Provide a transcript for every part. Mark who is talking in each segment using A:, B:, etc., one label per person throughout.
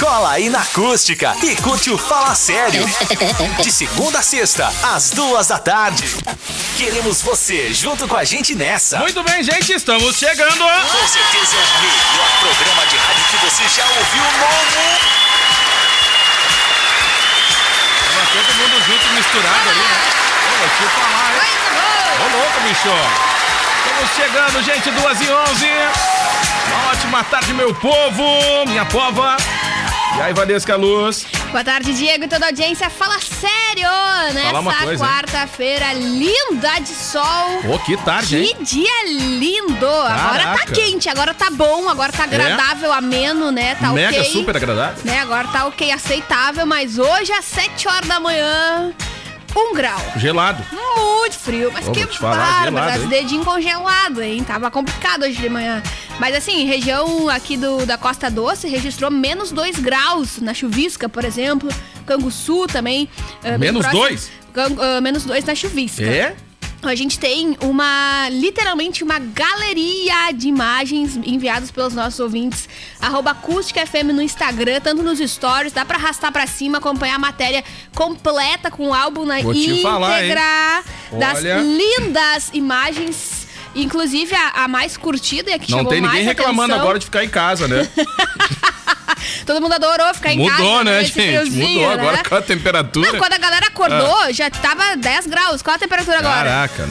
A: Cola aí na acústica e curte o Fala Sério. De segunda a sexta, às duas da tarde. Queremos você junto com a gente nessa.
B: Muito bem, gente, estamos chegando. ó.
A: Com certeza é o melhor programa de rádio que você já ouviu no
B: Tava todo mundo junto, misturado ali, né? Eu vou te falar, hein? Ô, louco, bicho. Estamos chegando, gente, duas e onze. Uma ótima tarde, meu povo, minha pova. E aí, Valesca Luz.
C: Boa tarde, Diego e toda a audiência. Fala sério!
B: Fala uma
C: Nessa
B: coisa,
C: quarta-feira linda de sol.
B: Ô, que tarde, hein?
C: Que dia lindo! Agora tá
B: Caraca. É?
C: quente, agora tá bom, agora tá agradável, ameno, né? Tá
B: Mega
C: ok.
B: super agradável.
C: Né? Agora tá ok, aceitável, mas hoje às 7 horas da manhã, um grau.
B: Gelado.
C: Muito frio, mas
B: Ô,
C: que
B: vou te falar,
C: bárbaro,
B: gelado,
C: mas
B: hein?
C: dedinho congelado, hein? Tava complicado hoje de manhã. Mas assim, região aqui do, da Costa Doce registrou menos 2 graus na Chuvisca, por exemplo. Canguçu também. eh, bem
B: Menos
C: próximo.
B: dois?
C: Can- ah, menos 2 na Chuvisca.
B: É?
C: A gente tem uma, literalmente, uma galeria de imagens enviadas pelos nossos ouvintes. Arroba Acústica FM no Instagram, tanto nos stories, dá pra arrastar pra cima, acompanhar a matéria completa com o álbum na
B: Vou te falar, hein?
C: íntegra das
B: Olha.
C: lindas imagens. Inclusive a, a mais curtida e a que
B: Não
C: chegou
B: tem ninguém
C: mais
B: reclamando
C: atenção.
B: agora de ficar em casa, né?
C: Todo mundo adorou ficar em casa.
B: Mudou, né,
C: esse
B: gente?
C: friozinho,
B: Mudou agora
C: né?
B: com a temperatura.
C: Não, quando a galera acordou, já tava 10 graus. Qual a temperatura agora?
B: Caraca.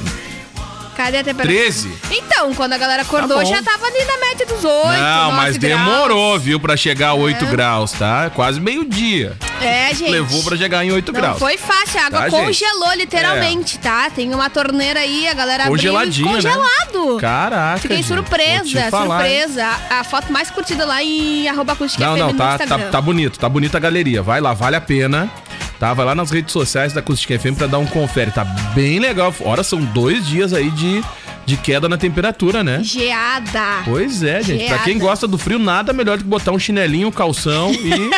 C: Cadê a temperatura?
B: 13.
C: Então, quando a galera acordou,
B: Tá bom.
C: já tava ali na média dos 8.
B: Não,
C: 9
B: mas
C: graus.
B: demorou, viu, pra chegar a 8 graus, tá? Quase meio-dia.
C: É, gente.
B: Levou pra chegar em 8
C: Não
B: graus.
C: foi fácil, a água
B: Tá, gente?
C: congelou literalmente, tá? Tem uma torneira aí, a galera abriu e
B: Congeladinho, né?
C: congelado.
B: Caraca.
C: Fiquei
B: gente. Vou
C: surpresa,
B: te falar, hein?
C: surpresa. A, a foto mais curtida lá em arroba acústica
B: Não,
C: FM
B: não,
C: no
B: tá, tá,
C: Instagram.
B: tá bonito, tá bonita a galeria. Vai lá, vale a pena. Tá, vai lá nas redes sociais da Acústica FM pra dar um confere. Tá bem legal. Ora, são dois dias aí de, de queda na temperatura, né?
C: Geada.
B: Pois é, gente. Pra quem
C: Geada.
B: gosta do frio, nada melhor do que botar um chinelinho, um calção e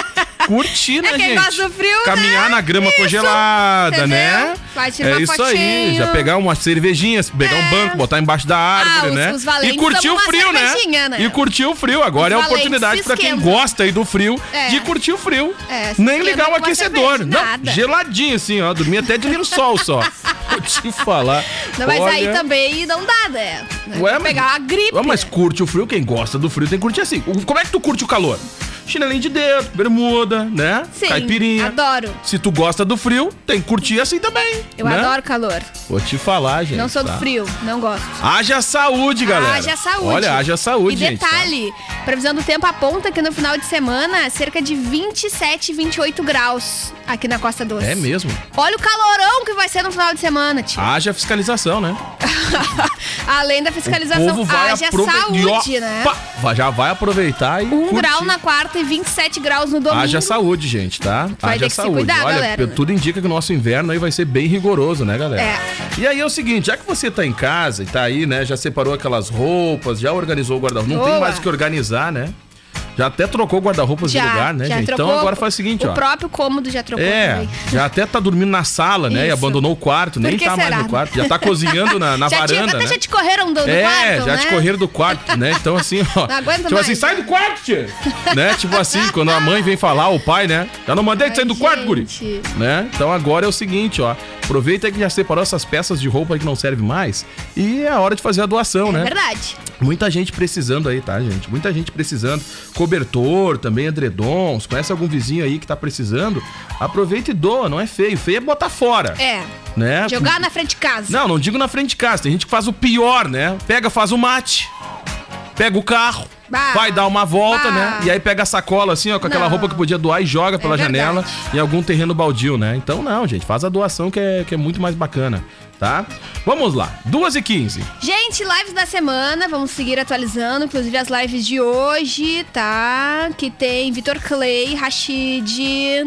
B: curtir, né,
C: É quem
B: gente?
C: gosta do frio,
B: Caminhar
C: né?
B: na grama
C: Isso.
B: congelada,
C: Entendeu?
B: né?
C: Vai tirar
B: é
C: uma
B: isso aí.
C: fotinho.
B: Já pegar uma cervejinha, pegar um
C: É.
B: banco, botar embaixo da árvore,
C: os-
B: né?
C: os valentes
B: e curtir
C: tomam
B: o
C: uma
B: frio, né?
C: cervejinha, né?
B: E curtir o frio. Agora
C: Os
B: é a
C: valentes
B: oportunidade
C: se
B: pra quem
C: esquentam.
B: gosta aí do frio
C: É.
B: de curtir o frio.
C: É, se
B: Nem
C: esquenta
B: ligar o
C: com uma
B: aquecedor.
C: cerveja,
B: Não,
C: nada.
B: geladinho assim, ó. Dormir até de lençol só. Vou te falar.
C: Não, mas aí
B: Olha.
C: também não dá, né?
B: Ué,
C: Vai pegar a gripe.
B: Ué, mas curte o frio, quem gosta do frio tem que curtir assim. O- Como é que tu curte o calor? Chinelinho de dedo, bermuda, né?
C: Sim,
B: Caipirinha.
C: adoro.
B: Se tu gosta do frio, tem que curtir assim também.
C: Eu
B: né?
C: adoro calor.
B: Vou te falar, gente.
C: Não sou do
B: tá?
C: frio, não gosto.
B: Haja saúde, galera.
C: Haja saúde.
B: Olha, haja saúde,
C: E
B: gente. tá?
C: detalhe, previsão do tempo aponta que no final de semana, cerca de 27, 28 graus aqui na Costa Doce.
B: É mesmo. Ah.
C: Olha o calorão que vai ser no final de semana, tio.
B: Haja fiscalização, né?
C: Além da fiscalização,
B: o povo vai
C: haja
B: aproveitar.
C: saúde, né?
B: Já vai aproveitar e
C: Um
B: curtir.
C: grau na quarta e 27 graus no domingo.
B: Haja saúde, gente, tá?
C: Vai
B: Haja
C: ter que se
B: saúde.
C: cuidar,
B: Olha,
C: galera, né?
B: tudo indica que o nosso inverno aí vai ser bem rigoroso, né, galera?
C: É.
B: E aí é o seguinte, já que você tá em casa e tá aí, né, já separou aquelas roupas, já organizou o guarda-roupa, não tem
C: Boa.
B: mais o que organizar, né? Já até trocou o guarda-roupa de
C: já,
B: lugar, né,
C: já
B: gente?
C: trocou.
B: Então agora faz o seguinte, ó.
C: O próprio cômodo já trocou
B: É,
C: também.
B: já até tá dormindo na sala, né? E
C: Isso.
B: abandonou o quarto, nem
C: que
B: tá mais
C: será?
B: no quarto. Já tá cozinhando na, na
C: já te-
B: varanda,
C: até
B: né?
C: já te correram do, do
B: É,
C: quarto,
B: já
C: né?
B: te correram do quarto, né? Então assim, ó.
C: Não aguento
B: tipo assim,
C: mais.
B: sai do quarto, tia! né? Tipo assim, quando a mãe vem falar, o pai, né? Já não mandei
C: Ai,
B: sair do quarto, guri.
C: gente.
B: Né? Então agora é o seguinte, ó. Aproveita que já separou essas peças de roupa que não serve mais e é a hora de fazer a doação,
C: É
B: né?
C: verdade.
B: Muita gente precisando aí, tá, gente? Muita gente precisando. Cobertor, também edredons. Conhece algum vizinho aí que tá precisando? Aproveita e doa, não é feio. Feio é botar fora,
C: É.
B: né?
C: Jogar na frente de casa.
B: Não, não digo na frente de casa. Tem gente que faz o pior, né? Pega, faz o mate. Pega o carro.
C: Bah.
B: vai dar uma volta,
C: Bah.
B: né? E aí pega a sacola, assim, ó, com aquela
C: Não.
B: roupa que podia doar e joga pela
C: verdade.
B: janela em algum terreno baldio, né? Então, não, gente, faz a doação que é, que é muito mais bacana. tá? Vamos lá, 2 e 15
C: Gente, lives da semana, vamos seguir atualizando, inclusive as lives de hoje, tá? Que tem Vitor Clay, Rashid,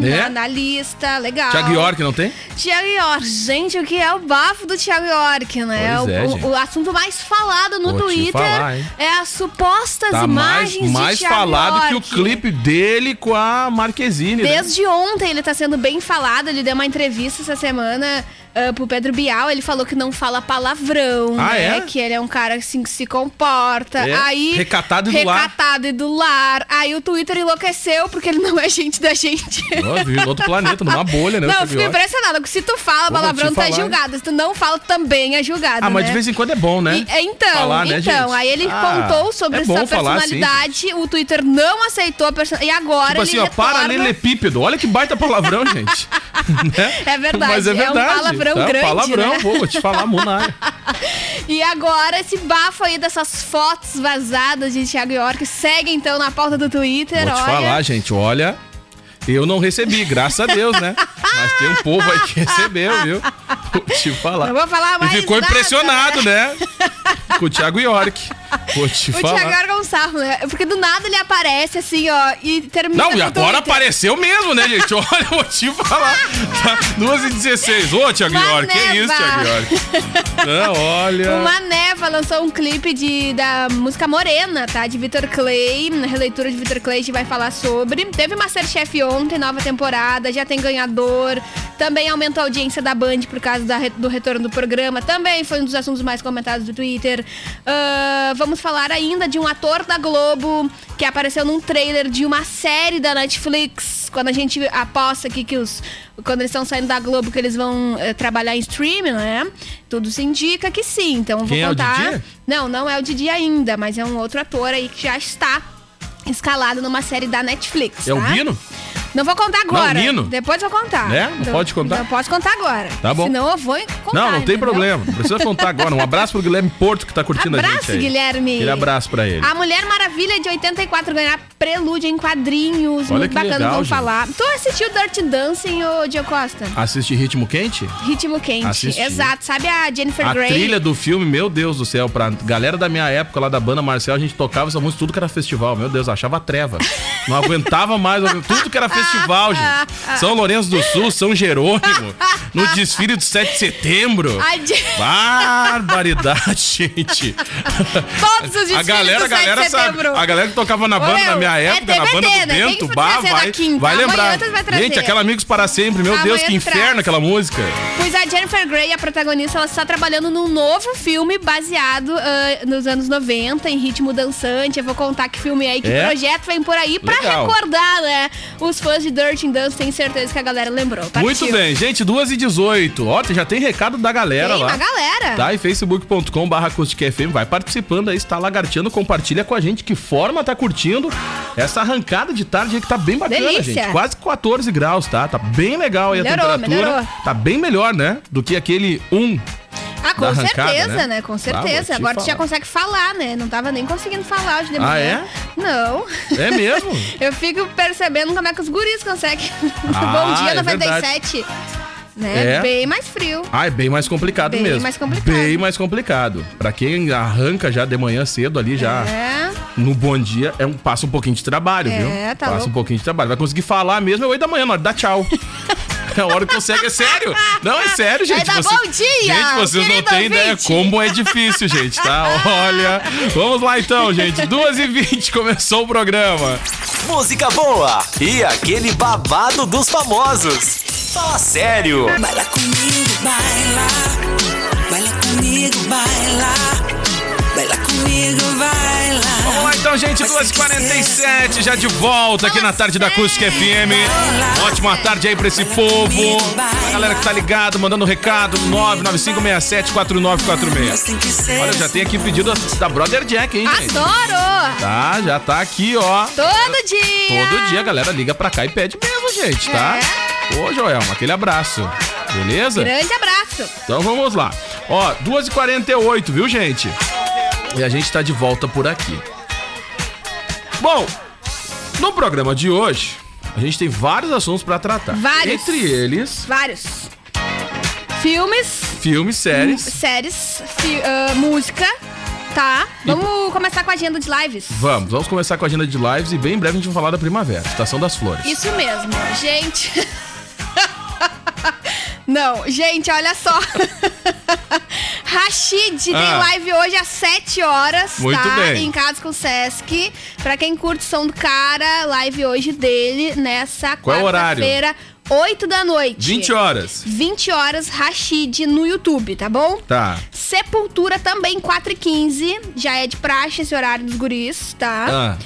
B: É?
C: analista, legal.
B: Thiago York, não tem?
C: Tiago York, gente, o que é o bafo do Tiago York, né?
B: Pois
C: O-
B: é,
C: o,
B: gente.
C: o assunto mais falado no
B: Vou te
C: Twitter
B: falar, hein?
C: é as supostas
B: Tá mais,
C: imagens
B: mais
C: de Thiago
B: falado que o
C: York.
B: clipe dele com a Marquezine. né?
C: Desde ontem ele tá sendo bem falado, ele deu uma entrevista essa semana ah, pro Pedro Bial, ele falou que não fala palavrão,
B: Ah,
C: né?
B: é?
C: Que ele é um cara assim que se comporta.
B: É,
C: Aí
B: recatado e do lar.
C: recatado e do lar. Aí o Twitter enlouqueceu porque ele não é gente da gente.
B: Ó, vive em outro planeta, numa bolha, né? o
C: não, eu
B: Thiago
C: fico
B: York.
C: impressionada, porque se tu fala
B: Vou te
C: palavrão, tu é
B: falar, hein?
C: julgado. Se tu não fala, tu também é julgado,
B: Ah, mas
C: né?
B: de vez em quando é bom, né?
C: E- é, então,
B: Falar, né,
C: então,
B: gente?
C: aí ele
B: Ah,
C: contou sobre
B: é
C: essa
B: bom falar, sim,
C: personalidade, o Twitter não aceitou a personalidade, e agora
B: Tipo
C: ele
B: assim, ó,
C: retorna...
B: paralelepípedo. Olha que baita palavrão, gente. Né?
C: É verdade,
B: Mas é
C: é um
B: verdade. tá?
C: palavrão grande,
B: Palavrão,
C: né?
B: vou te falar, Munai.
C: E agora, esse bafo aí dessas fotos vazadas de Thiago York segue então na pauta do Twitter,
B: Vou te
C: olha.
B: falar, gente, olha. Eu não recebi, graças a Deus, né? Mas tem um povo aí que recebeu, viu? Vou te falar.
C: Não vou falar mais
B: E ficou
C: nada,
B: impressionado, né? Com o Thiago York. Vou te
C: O
B: falar.
C: Thiago York é um sarro, né? Porque do nada ele aparece assim, ó, e termina
B: Não, e
C: no
B: agora
C: Twitter.
B: apareceu mesmo, né, gente? Olha, eu vou te falar. Tá 2h16. Ô, Thiago
C: Uma
B: York, que isso,
C: neva.
B: Thiago York? Não, olha.
C: Uma Neva lançou um clipe de, da música Morena, tá? De Vitor Clay. Na releitura de Vitor Clay a gente vai falar sobre. Teve Masterchef ontem, nova temporada, já tem ganhador. Também aumentou a audiência da Band por causa da re- do retorno do programa. Também foi um dos assuntos mais comentados do Twitter. Ah, vamos falar ainda de um ator da Globo que apareceu num trailer de uma série da Netflix. Quando a gente aposta aqui que os. Quando eles estão saindo da Globo, que eles vão eh, trabalhar em streaming, né? Tudo se indica que sim. Então eu vou
B: Quem é o
C: contar.
B: Didi?
C: Não, não é o Didi ainda, mas é um outro ator aí que já está escalado numa série da Netflix.
B: É o
C: tá?
B: Bino?
C: Não vou contar
B: Não,
C: agora.
B: Nino.
C: Depois eu vou contar.
B: Né? Não pode contar?
C: Eu posso contar agora.
B: Tá bom.
C: Senão eu vou contar.
B: Não, não tem
C: entendeu?
B: problema. Não precisa contar agora. Um abraço pro Guilherme Porto que tá curtindo a gente
C: Abraço,
B: aí.
C: Guilherme.
B: Aquele abraço pra ele.
C: A Mulher Maravilha de 84 ganhar prelúdio em quadrinhos.
B: Olha
C: muito
B: que
C: bacana,
B: legal,
C: vamos
B: gente.
C: falar. Tu assistiu Dirty Dancing, ô Dio Costa?
B: Assiste Ritmo Quente?
C: Ritmo quente.
B: Ah, Assisti.
C: Exato. Sabe a Jennifer
B: A
C: Grey?
B: trilha do filme, meu Deus do céu, pra galera da minha época lá da banda Marcel, a gente tocava essa música tudo que era festival, meu Deus, achava treva. Não aguentava mais, tudo que era festival, gente. São Lourenço do Sul, São Jerônimo, no desfile do 7 de setembro.
C: A Je-
B: Barbaridade, gente.
C: Todos os
B: a
C: desfiles
B: galera,
C: do
B: a galera
C: 7 de
B: sabe,
C: setembro.
B: a galera que tocava na
C: Ô,
B: banda
C: meu,
B: na minha
C: é
B: época, na
C: DVD,
B: banda do
C: né? Tem
B: Bento,
C: que
B: Bah,
C: trazer na
B: vai,
C: quinta.
B: vai
C: então. Amanhã
B: lembrar.
C: tu vai trazer.
B: Gente, aquela Amigos para Sempre, meu
C: Amanhã
B: Deus, que
C: tu traz.
B: inferno aquela música.
C: Pois a Jennifer Grey, a protagonista, ela está trabalhando num novo filme baseado ah, nos anos 90, em ritmo dançante. Eu vou contar que filme é e que
B: É?
C: projeto vem por aí pra
B: Legal.
C: recordar, né? Os fãs de Dirty Dance, tenho certeza que a galera lembrou.
B: Muito bem, gente, 2 e 18 Ó, já tem recado da galera
C: Tem
B: lá.
C: uma galera.
B: Tá, e facebook.com barra acústicafm, vai participando aí, está lagarteando, compartilha com a gente que forma tá curtindo essa arrancada de tarde aí que tá bem bacana,
C: Delícia.
B: gente. Quase 14 graus, tá? Tá bem legal aí
C: Melhorou,
B: a temperatura.
C: melhorou.
B: Tá bem melhor, né? Do que aquele 1
C: Ah, com
B: da arrancada,
C: certeza, né?
B: né?
C: Com
B: Ah, vou
C: certeza.
B: te
C: Agora tu já
B: falar.
C: consegue falar, né? Não tava nem conseguindo falar hoje de manhã. é? Não.
B: É mesmo?
C: Eu fico percebendo como é que os guris conseguem.
B: Ah,
C: Bom dia,
B: é
C: 97. né?
B: É.
C: Bem mais frio.
B: Ah, é bem mais complicado
C: Bem
B: mesmo.
C: mais complicado.
B: Bem mais complicado. Pra quem arranca já de manhã cedo ali, já
C: É.
B: no bom dia, é um, passa um pouquinho de trabalho,
C: É,
B: viu?
C: tá
B: passa
C: louco.
B: um pouquinho de trabalho. Vai conseguir falar mesmo é 8 da manhã, na hora de dar tchau. É a hora que consegue, é sério. Não, é sério, gente.
C: Vai dar bom dia,
B: Gente, vocês não
C: querido
B: têm ideia
C: ouvinte.
B: como é difícil, gente, tá? Olha. Vamos lá então, gente. 2h20 começou o programa.
A: Música boa e aquele babado dos famosos. Fala sério.
D: Baila comigo, baila. Baila comigo, baila. Baila comigo, baila.
B: Vamos lá então, gente, 2h47, já de volta aqui na tarde da Acústica FM. Uma Ótima tarde aí pra esse povo. A galera que tá ligado, mandando recado, 995674946.
D: Assim que seja.
B: Olha, já tem aqui pedido da Brother Jack,
C: Ah,
B: hein, gente?
C: Adoro!
B: Tá, já tá aqui, ó.
C: Todo dia!
B: Todo dia a galera liga pra cá e pede mesmo, gente, tá? Ô, Joelma, aquele abraço. Beleza?
C: Grande abraço!
B: Então vamos lá. Ó, 2h48, viu, gente? E a gente tá de volta por aqui. Bom, no programa de hoje, a gente tem vários assuntos pra tratar.
C: Vários.
B: Entre eles,
C: Vários. Filmes.
B: Filmes, séries.
C: Hum. séries, fi- ah, música, tá? Vamos começar com a agenda de lives.
B: Vamos, vamos começar com a agenda de lives e bem em breve a gente vai falar da primavera, estação das flores.
C: Isso mesmo, gente. Não, gente, olha só. Rashid tem
B: Ah.
C: live hoje às 7 horas,
B: Muito
C: tá?
B: bem.
C: Em casa com o Sesc. Pra quem curte o som do cara, live hoje dele nessa
B: Qual é o horário?
C: quarta-feira, 8 da noite.
B: 20 horas.
C: 20 horas, Rashid no YouTube, tá bom?
B: Tá.
C: Sepultura também, 4 e 15 Já é de praxe esse horário dos guris, tá?
B: Ah.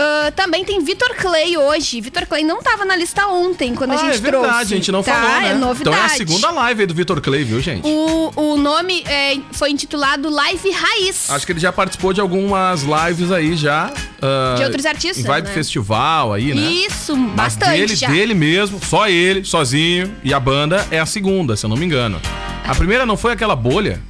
C: Ah, também tem Vitor Clay hoje. Vitor Clay não tava na lista ontem, quando a
B: ah,
C: gente
B: é verdade,
C: trouxe.
B: a gente não
C: tá?
B: falou, né?
C: É novidade.
B: Então é a segunda live aí do Vitor Clay, viu, gente?
C: O, o nome é, foi intitulado Live Raiz.
B: Acho que ele já participou de algumas lives aí já. ah,
C: De outros artistas,
B: Em Vibe
C: né?
B: Festival aí, né?
C: Isso,
B: Mas
C: bastante
B: dele,
C: já.
B: dele mesmo, só ele, sozinho. E a banda é a segunda, se eu não me engano. A primeira não foi aquela bolha?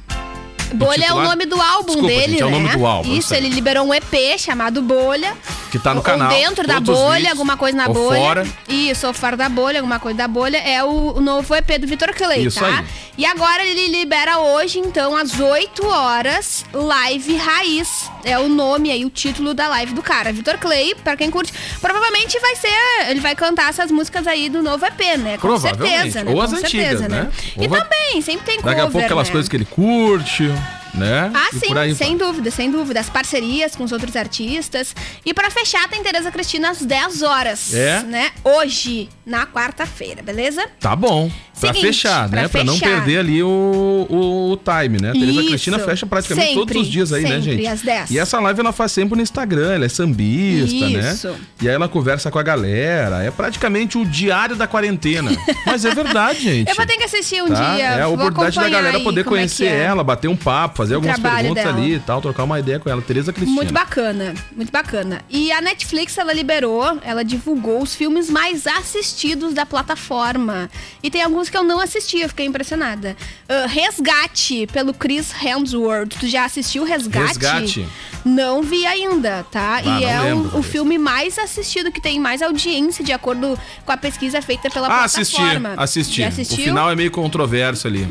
C: Bolha é o
B: titular-
C: nome do álbum
B: Desculpa,
C: dele,
B: gente, é o
C: né?
B: nome do álbum, eu
C: Isso,
B: sei.
C: ele liberou um EP chamado Bolha.
B: Que tá no
C: Ou-
B: canal,
C: Ou dentro da
B: todos os
C: bolha,
B: vídeos,
C: alguma coisa na
B: ou
C: bolha.
B: fora.
C: Isso, ou fora da bolha, alguma coisa da bolha. É o, o novo EP do Vitor Clay,
B: Isso
C: tá?
B: aí.
C: E agora ele libera hoje, então, às 8 horas, Live Raiz. É o nome aí, o título da live do cara. Vitor Clay, pra quem curte, provavelmente vai ser. Ele vai cantar essas músicas aí do novo EP, né? Com
B: Provavelmente.
C: certeza, né?
B: Ou
C: Com
B: as antigas,
C: certeza,
B: né?
C: E
B: Ou vai-
C: também, sempre tem cover,
B: Daqui a pouco aquelas
C: né?
B: coisas que ele curte, né?
C: Ah,
B: E
C: sim,
B: por aí vai.
C: sem dúvida, sem dúvida. As parcerias com os outros artistas. E pra fechar, tem Tereza Cristina às 10 horas.
B: É?
C: Né? Hoje, na quarta-feira, beleza?
B: Tá bom. Pra
C: Seguinte,
B: fechar,
C: pra
B: né? Pra não
C: fechar.
B: perder ali o, o, o time, né? A Tereza
C: Isso.
B: Cristina fecha praticamente
C: Sempre,
B: todos os dias aí, né,
C: sempre,
B: gente?
C: às 10.
B: E essa live ela faz sempre no Instagram, ela é sambista,
C: Isso.
B: né? E aí ela conversa com a galera. É praticamente o diário da quarentena. Mas é verdade, gente.
C: Eu vou ter que assistir um
B: Tá?
C: dia.
B: É a
C: vou
B: oportunidade da
C: acompanhar
B: galera
C: aí
B: poder
C: como é que
B: conhecer
C: é.
B: ela, bater um papo, fazer algumas
C: trabalho
B: perguntas
C: dela.
B: ali e tal, trocar uma ideia com ela. Tereza Cristina.
C: Muito bacana, muito bacana. E a Netflix, ela liberou, ela divulgou os filmes mais assistidos da plataforma. E tem alguns que eu não assisti, eu fiquei impressionada. Ah, Resgate, pelo Chris Hemsworth. Tu já assistiu Resgate?
B: Resgate.
C: Não vi ainda, tá?
B: Ah,
C: e
B: não
C: é um-
B: lembro
C: o
B: desse.
C: filme mais assistido, que tem mais audiência, de acordo com a pesquisa feita pela
B: Ah, assisti,
C: plataforma.
B: assisti.
C: Já
B: O
C: assistiu?
B: final é meio controverso ali.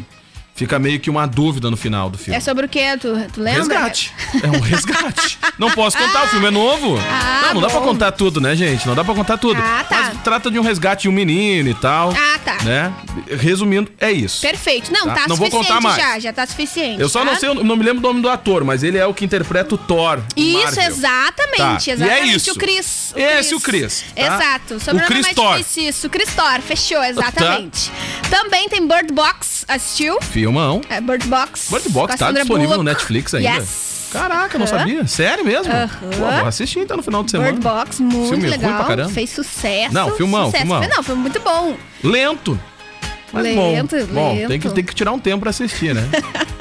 B: Fica meio que uma dúvida no final do filme.
C: É sobre o quê? Tu, tu lembra?
B: Resgate. É um resgate. não posso contar, o filme é novo.
C: Ah,
B: não, não dá pra
C: bom.
B: contar tudo, né, gente? Não dá pra contar tudo.
C: Ah, tá.
B: Mas trata de um resgate de um menino e tal.
C: Ah, tá.
B: Né? Resumindo, é isso.
C: Perfeito. Não,
B: Tá,
C: tá,
B: não vou
C: suficiente
B: contar mais.
C: já, já tá suficiente.
B: Eu só
C: tá?
B: não sei, o- não me lembro o nome do ator, mas ele é o que interpreta o Thor. em
C: Isso,
B: Marvel.
C: exatamente,
B: Tá, e é
C: exatamente.
B: isso.
C: O Chris.
B: Esse o Chris, tá?
C: Exato. Sobrenome
B: O Chris
C: mais
B: Thor. Tá.
C: difícil, isso. Chris Thor, fechou, exatamente. Também tem Bird Box, assistiu?
B: Filmão.
C: É, Bird Box.
B: Bird Box
C: com a
B: tá
C: Sandra
B: disponível no
C: Bullock.
B: Netflix ainda.
C: Yes.
B: Caraca, eu não
C: Aham.
B: sabia. Sério mesmo?
C: Aham.
B: Pô, vou assistir então no final de semana.
C: Bird Box, muito
B: Filme ruim
C: legal.
B: pra caramba.
C: Fez sucesso.
B: Não, filmão,
C: sucesso.
B: filmão.
C: Não, foi muito bom.
B: Lento. Mas
C: Lento,
B: bom, bom Tem, que,
C: lento.
B: tem que tirar um tempo pra assistir, né?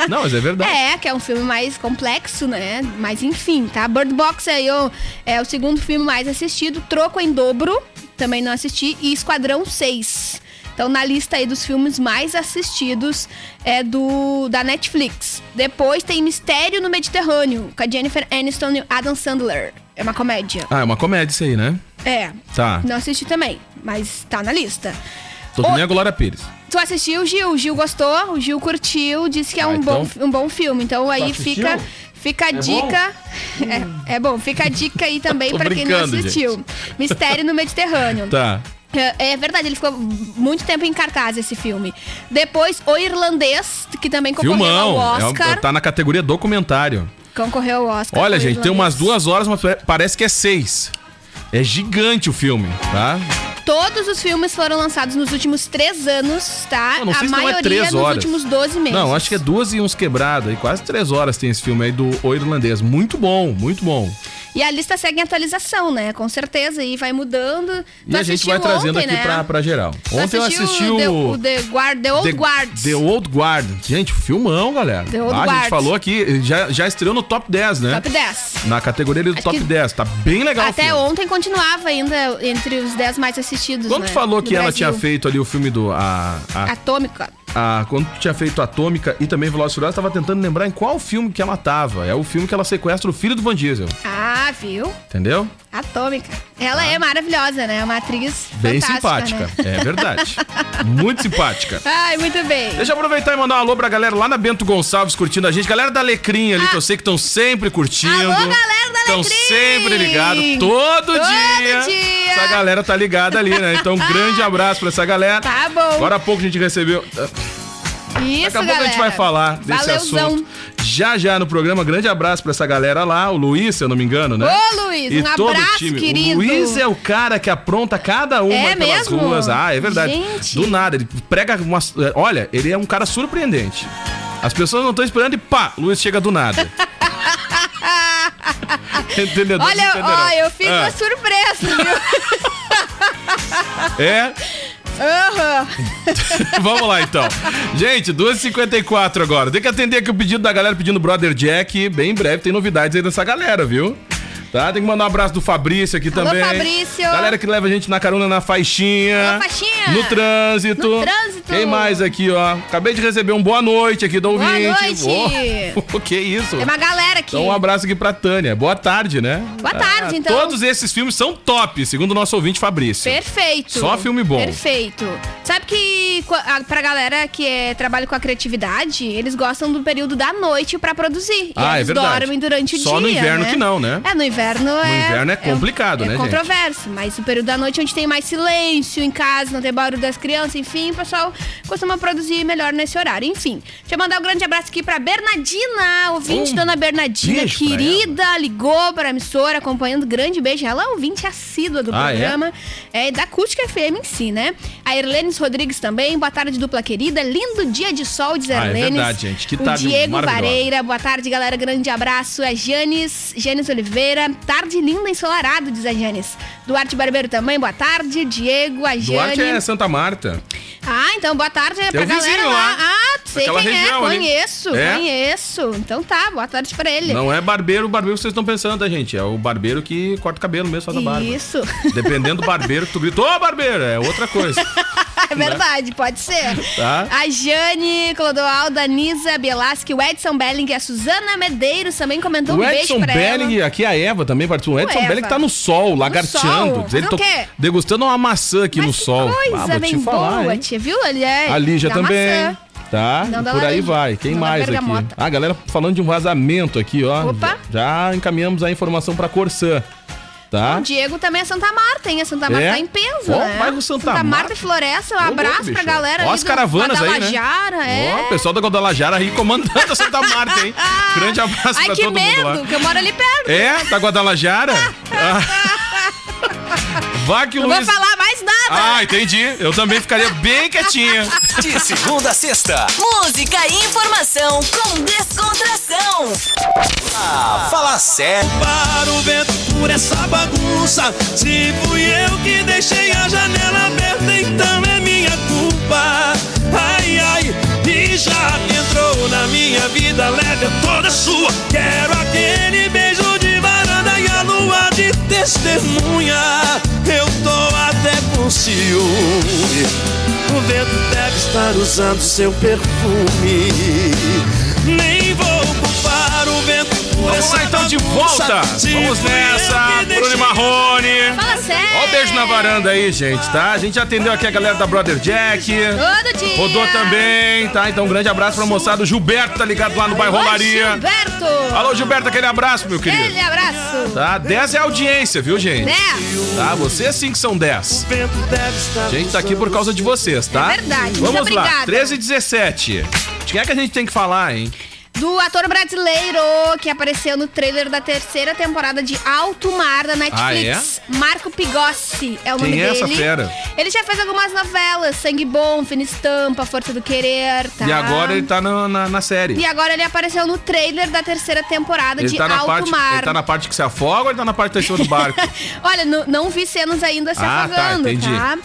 B: não, mas é verdade.
C: É, que é um filme mais complexo, né? Mas enfim, tá? Bird Box aí ó, é o segundo filme mais assistido. Troco em Dobro, também não assisti. E Esquadrão 6. Então, na lista aí dos filmes mais assistidos é do da Netflix. Depois tem Mistério no Mediterrâneo, com a Jennifer Aniston e o Adam Sandler. É uma comédia.
B: Ah, é uma comédia isso aí, né?
C: É.
B: Tá.
C: Não assisti também, mas tá na lista.
B: Tô que nem a Glória Pires.
C: Tu assistiu, Gil? O Gil gostou, o Gil curtiu, disse que é
B: Ah,
C: um,
B: então-
C: bom, fi- um bom filme. Então aí
B: assistiu?
C: fica, fica a
B: bom?
C: dica. É, é bom, fica a dica aí também
B: Tô
C: pra quem não
B: brincando,
C: assistiu. Mistério no Mediterrâneo.
B: Tá.
C: É, é verdade, ele ficou muito tempo em cartaz esse filme. Depois, O Irlandês, que também concorreu
B: Filmão.
C: ao
B: É um-
C: Oscar. Tá
B: tá na categoria documentário.
C: Concorreu ao Oscar.
B: Olha,
C: O
B: gente, tem
C: Irlandês.
B: umas duas horas, mas parece que é seis. É gigante o filme, tá?
C: Todos os filmes foram lançados nos últimos três anos, tá?
B: Eu não sei
C: a
B: se não é
C: maioria
B: três
C: nos
B: horas.
C: últimos 12 meses.
B: Não, acho que é duas e uns quebrado. E quase três horas tem esse filme aí do O Irlandês. Muito bom, muito bom.
C: E a lista segue em atualização, né? Com certeza, e vai mudando.
B: E
C: Tu
B: a gente
C: assistiu
B: vai trazendo
C: ontem,
B: aqui
C: né?
B: pra, pra geral.
C: Tu
B: Ontem eu assisti
C: assistiu
B: o.
C: The, o The Guard, The Old
B: The-
C: Guard.
B: The Old Guard. Gente, filmão, galera.
C: The Old
B: Ah, A
C: Guard.
B: gente falou aqui, já, já estreou no top 10, né?
C: Top 10.
B: Na categoria ali do
C: Acho
B: top
C: que-
B: 10. Tá bem legal o
C: Até
B: filme.
C: ontem continuava ainda entre os 10 mais assistidos.
B: Quando
C: né?
B: tu falou
C: do
B: que ela
C: Brasil.
B: tinha feito ali o filme do. A, a,
C: Atômica.
B: a- quando tu tinha feito Atômica e também Velozes e Furiosos, eu tava tentando lembrar em qual filme que ela tava. É o filme que ela sequestra o filho do Van Diesel,
C: Ah, viu?
B: entendeu?
C: Atômica. Ela é maravilhosa, né? É uma atriz
B: Ah. Bem
C: fantástica,
B: simpática,
C: né?
B: é verdade. Muito simpática.
C: Ai, muito bem.
B: Deixa eu aproveitar e mandar um alô pra galera lá na Bento Gonçalves curtindo a gente. Galera da Alecrim ali, que eu sei que estão sempre curtindo.
C: Ah. Alô, galera da
B: Estão
C: Alecrim!
B: sempre ligados, todo,
C: Todo
B: dia.
C: dia!
B: Essa galera tá ligada ali, né? Então, um grande abraço pra essa galera.
C: Tá bom.
B: Agora há pouco a gente recebeu...
C: Isso,
B: Daqui a pouco a gente
C: galera.
B: vai falar desse
C: Valeuzão.
B: assunto. Já já no programa, grande abraço pra essa galera lá, o Luiz, se eu não me engano, né?
C: Ô, Luiz, um
B: todo o
C: abraço,
B: time.
C: querido.
B: O Luiz é o cara que apronta cada uma
C: É
B: pelas
C: mesmo?
B: ruas. Ah, é verdade.
C: Gente.
B: Do nada, ele prega uma. Olha, ele é um cara surpreendente. As pessoas não estão esperando e pá, Luiz chega do nada. Entendeu?
C: Olha,
B: Entenderam?
C: ó, eu fico
B: Ah,
C: surpresa, viu? assim.
B: É,
C: Aham.
B: Vamos lá então. Gente, 2h54 agora. Tem que atender aqui o pedido da galera pedindo Brother Jack. Bem em breve tem novidades aí dessa galera, viu? Tá? Tem que mandar um abraço do Fabrício aqui
C: Alô,
B: também.
C: Fabrício.
B: Galera que leva a gente na carona na faixinha.
C: Alô, faixinha.
B: No trânsito.
C: No trânsito.
B: Quem mais aqui, ó? Acabei de receber um boa noite aqui do
C: Boa
B: ouvinte.
C: noite.
B: Oh, que isso?
C: Tem É uma galera aqui.
B: Então, um abraço aqui pra Tânia. Boa tarde, né?
C: Boa tarde, então.
B: Todos esses filmes são top, segundo o nosso ouvinte Fabrício.
C: Perfeito.
B: Só filme bom.
C: Perfeito. Sabe que co- a- pra galera que é, trabalha com a criatividade, eles gostam do período da noite pra produzir.
B: Ah,
C: e
B: é
C: eles
B: verdade.
C: dormem durante o dia.
B: Só no inverno
C: né?
B: que não, né?
C: É, no inverno é.
B: inverno é complicado, né,
C: É
B: gente?
C: controverso, mas o período da noite é onde tem mais silêncio em casa, não tem barulho das crianças, enfim, o pessoal costuma produzir melhor nesse horário. Enfim, deixa eu mandar um grande abraço aqui pra Bernadina, ouvinte
B: Um
C: dona Bernadina,
B: beijo pra
C: querida, ligou pra emissora, acompanhando grande beijo. Ela é ouvinte assídua do
B: Ah, é?
C: programa. É, da Acústica FM em si, né? A Erlenes Rodrigues também, boa tarde, dupla querida. Lindo dia de sol, diz
B: Ah, é
C: Erlenes.
B: verdade, gente. Que
C: o
B: tarde
C: Diego
B: maravilhosa.
C: Vareira, boa tarde, galera. Grande abraço. A Janes, Janes Oliveira. Tarde linda ensolarado, diz a Janes. Duarte Barbeiro também, boa tarde. Diego, a
B: Duarte é
C: Jane.
B: Santa Marta.
C: Ah, então boa tarde pra
B: Teu
C: galera
B: vizinho
C: lá.
B: lá.
C: Ah, sei
B: Daquela
C: quem é,
B: região ali.
C: conheço,
B: É?
C: conheço. Então tá, boa tarde pra ele.
B: Não é barbeiro, o barbeiro que vocês estão pensando, tá, gente? É o barbeiro que corta o cabelo mesmo, faz a barba.
C: Isso.
B: Dependendo do barbeiro que tu grita, ô barbeiro, é outra coisa.
C: É verdade, pode ser.
B: Tá.
C: A Jane, Clodoaldo, a Nisa Bielaski, o Edson Belling e a Suzana Medeiros também comentou
B: o
C: um
B: Edson
C: beijo pra
B: Belling,
C: ela.
B: aqui a Eva também participou. O Edson
C: Eva.
B: Belling tá no sol, lagarteando.
C: sol.
B: Diz Ele
C: Fazer o quê?
B: degustando uma maçã aqui no
C: que
B: sol. Ah,
C: coisa
B: vou te
C: bem
B: falar,
C: boa,
B: hein?
C: tia, viu? Ali é
B: A Lígia
C: da
B: também.
C: maçã.
B: Tá?
C: Não
B: E
C: da
B: por aí
C: laranja.
B: vai. Quem
C: Não da
B: mais aqui?
C: bergamota.
B: Ah, galera falando de um vazamento aqui, ó.
C: Opa.
B: Já encaminhamos a informação pra Corsã. Tá?
C: O Diego também é Santa Marta, hein? A Santa Marta
B: É?
C: tá em peso,
B: Ó,
C: né?
B: bairro Santa Marta.
C: e Floresta, um
B: Ô,
C: abraço
B: louco,
C: pra
B: bicho.
C: galera
B: Ó
C: ali
B: as
C: do
B: caravanas aí, né?
C: Guadalajara, é.
B: Ó, o pessoal da Guadalajara aí comandando a Santa Marta, hein? Grande abraço
C: Ai,
B: pra
C: que
B: todo mundo lá.
C: medo, que eu moro ali perto.
B: É, da Guadalajara? Ah. Vá que o
C: Não vou
B: Luiz...
C: falar mais nada.
B: Ah, entendi. Eu também ficaria bem quietinha.
A: De segunda a sexta,
E: Música e informação com descontração.
A: a Fala Sério.
F: para o vento por essa bagunça. Se fui eu que deixei a janela aberta, então é minha culpa. Ai, ai, e já entrou na minha vida, leve é toda sua. Quero aquele beijo de varanda e a lua de testemunha. Eu tô até com ciúme. O vento deve estar usando seu perfume. Nem vou culpar o vento por
B: Vamos lá então, de volta. Vamos nessa. Bruno Marrone.
C: Fala sério.
B: Ó o beijo na varanda aí, gente, tá? A gente atendeu aqui a galera da Brother Jack.
C: Todo dia.
B: Rodou também, tá? Então um grande abraço pra moçada. O Gilberto tá ligado lá no bairro
C: Oi,
B: Romaria.
C: Gilberto.
B: Alô, Gilberto, aquele abraço, meu
C: Ele,
B: querido.
C: abraço.
B: Tá? 10 é audiência, viu, gente?
C: Né?
B: Tá? Vocês sim que são 10.
F: vento deve estar
B: A gente tá aqui por causa de vocês, tá?
C: É verdade. Muito
B: Vamos lá,
C: obrigada.
B: 13 e 17. De quem é que a gente tem que falar, hein?
C: Do ator brasileiro que apareceu no trailer da terceira temporada de Alto Mar da Netflix. Marco Pigossi é o
B: Ah, é? Quem
C: nome
B: é
C: dele.
B: essa fera?
C: Ele já fez algumas novelas, Sangue Bom, Fina Estampa, Força do Querer, tá?
B: E agora ele tá na, na, na série.
C: E agora ele apareceu no trailer da terceira temporada
B: Ele
C: de
B: tá, na
C: Alto
B: parte,
C: Mar. Tá.
B: ele tá na parte que se afoga ou ele tá na parte da cima do barco?
C: Olha, nu- não vi cenas ainda se
B: Ah, tá,
C: afogando,
B: entendi.
C: tá?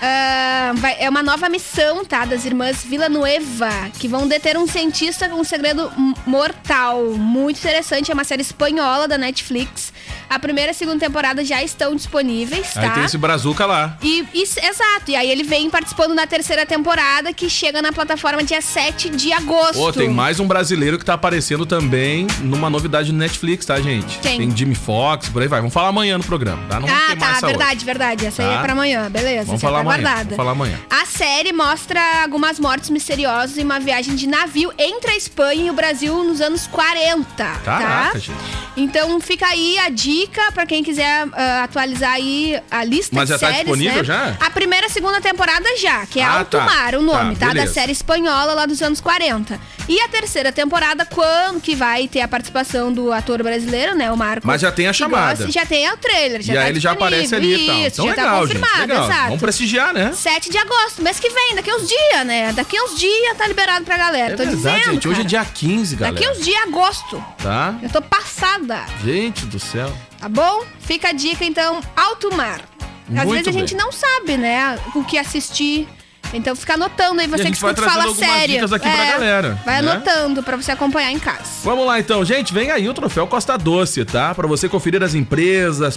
C: Ah, vai- é uma nova missão, tá? Das irmãs Villanueva, que vão deter um cientista com um segredo m- mortal. Muito interessante, é uma série espanhola da Netflix. A primeira e a segunda temporada já estão disponíveis, tá?
B: Aí tem esse brazuca lá.
C: E, e- exato, e aí ele vem participando da terceira temporada que chega na plataforma dia 7 de agosto.
B: Ô, tem mais um brasileiro que tá aparecendo também numa novidade no Netflix, tá, gente?
C: Quem?
B: Tem Jimmy Fox, por aí vai. Vamos falar amanhã no programa, tá? Não vamos
C: Ah,
B: queimar
C: tá,
B: essa
C: verdade,
B: hoje.
C: verdade. Essa aí
B: Tá?
C: é pra amanhã, beleza.
B: Vamos
C: essa
B: falar
C: tá
B: amanhã,
C: guardada.
B: vamos falar amanhã.
C: A série mostra algumas mortes misteriosas e uma viagem de navio entre a Espanha e o Brasil nos anos 40.
B: Caraca,
C: tá?
B: gente.
C: Então fica aí a dica pra quem quiser ah, atualizar aí a lista
B: Mas
C: de
B: já tá
C: séries,
B: disponível
C: né?
B: já?
C: A primeira e segunda temporada já, que é
B: Ah,
C: Alto
B: tá.
C: Mar, o nome,
B: Tá,
C: tá? Da
B: beleza.
C: série espanhola lá dos anos 40. E a terceira temporada, quando que vai ter a participação do ator brasileiro, né? O Marco.
B: Mas já tem a
C: que
B: chamada.
C: gosta, já tem o trailer, já
B: e
C: tá
B: aí ele já
C: disponível.
B: aparece ali e tal.
C: Isso,
B: Então
C: já
B: legal,
C: tá confirmado,
B: gente. Legal.
C: exato.
B: Vamos prestigiar, né?
C: 7 de agosto, mês que vem, daqui uns dias, né? Daqui uns dias tá liberado pra galera.
B: É
C: Tô
B: verdade,
C: dizendo.
B: gente. Hoje é
C: cara.
B: dia 15, galera.
C: Daqui uns dias, agosto.
B: Tá?
C: Eu tô passada,
B: Gente do céu.
C: tá bom? Fica a dica, então, alto mar. Às
B: Muito
C: vezes a
B: bem.
C: gente não sabe, né, o que assistir. Então fica anotando aí,
B: a
C: você
B: gente
C: que
B: vai
C: escuta
B: trazendo
C: fala
B: algumas
C: sério.
B: dicas aqui pra galera,
C: Vai
B: né?
C: anotando pra você acompanhar em casa.
B: Vamos lá então, gente, vem aí o troféu Costa Doce, tá? Pra você conferir as empresas,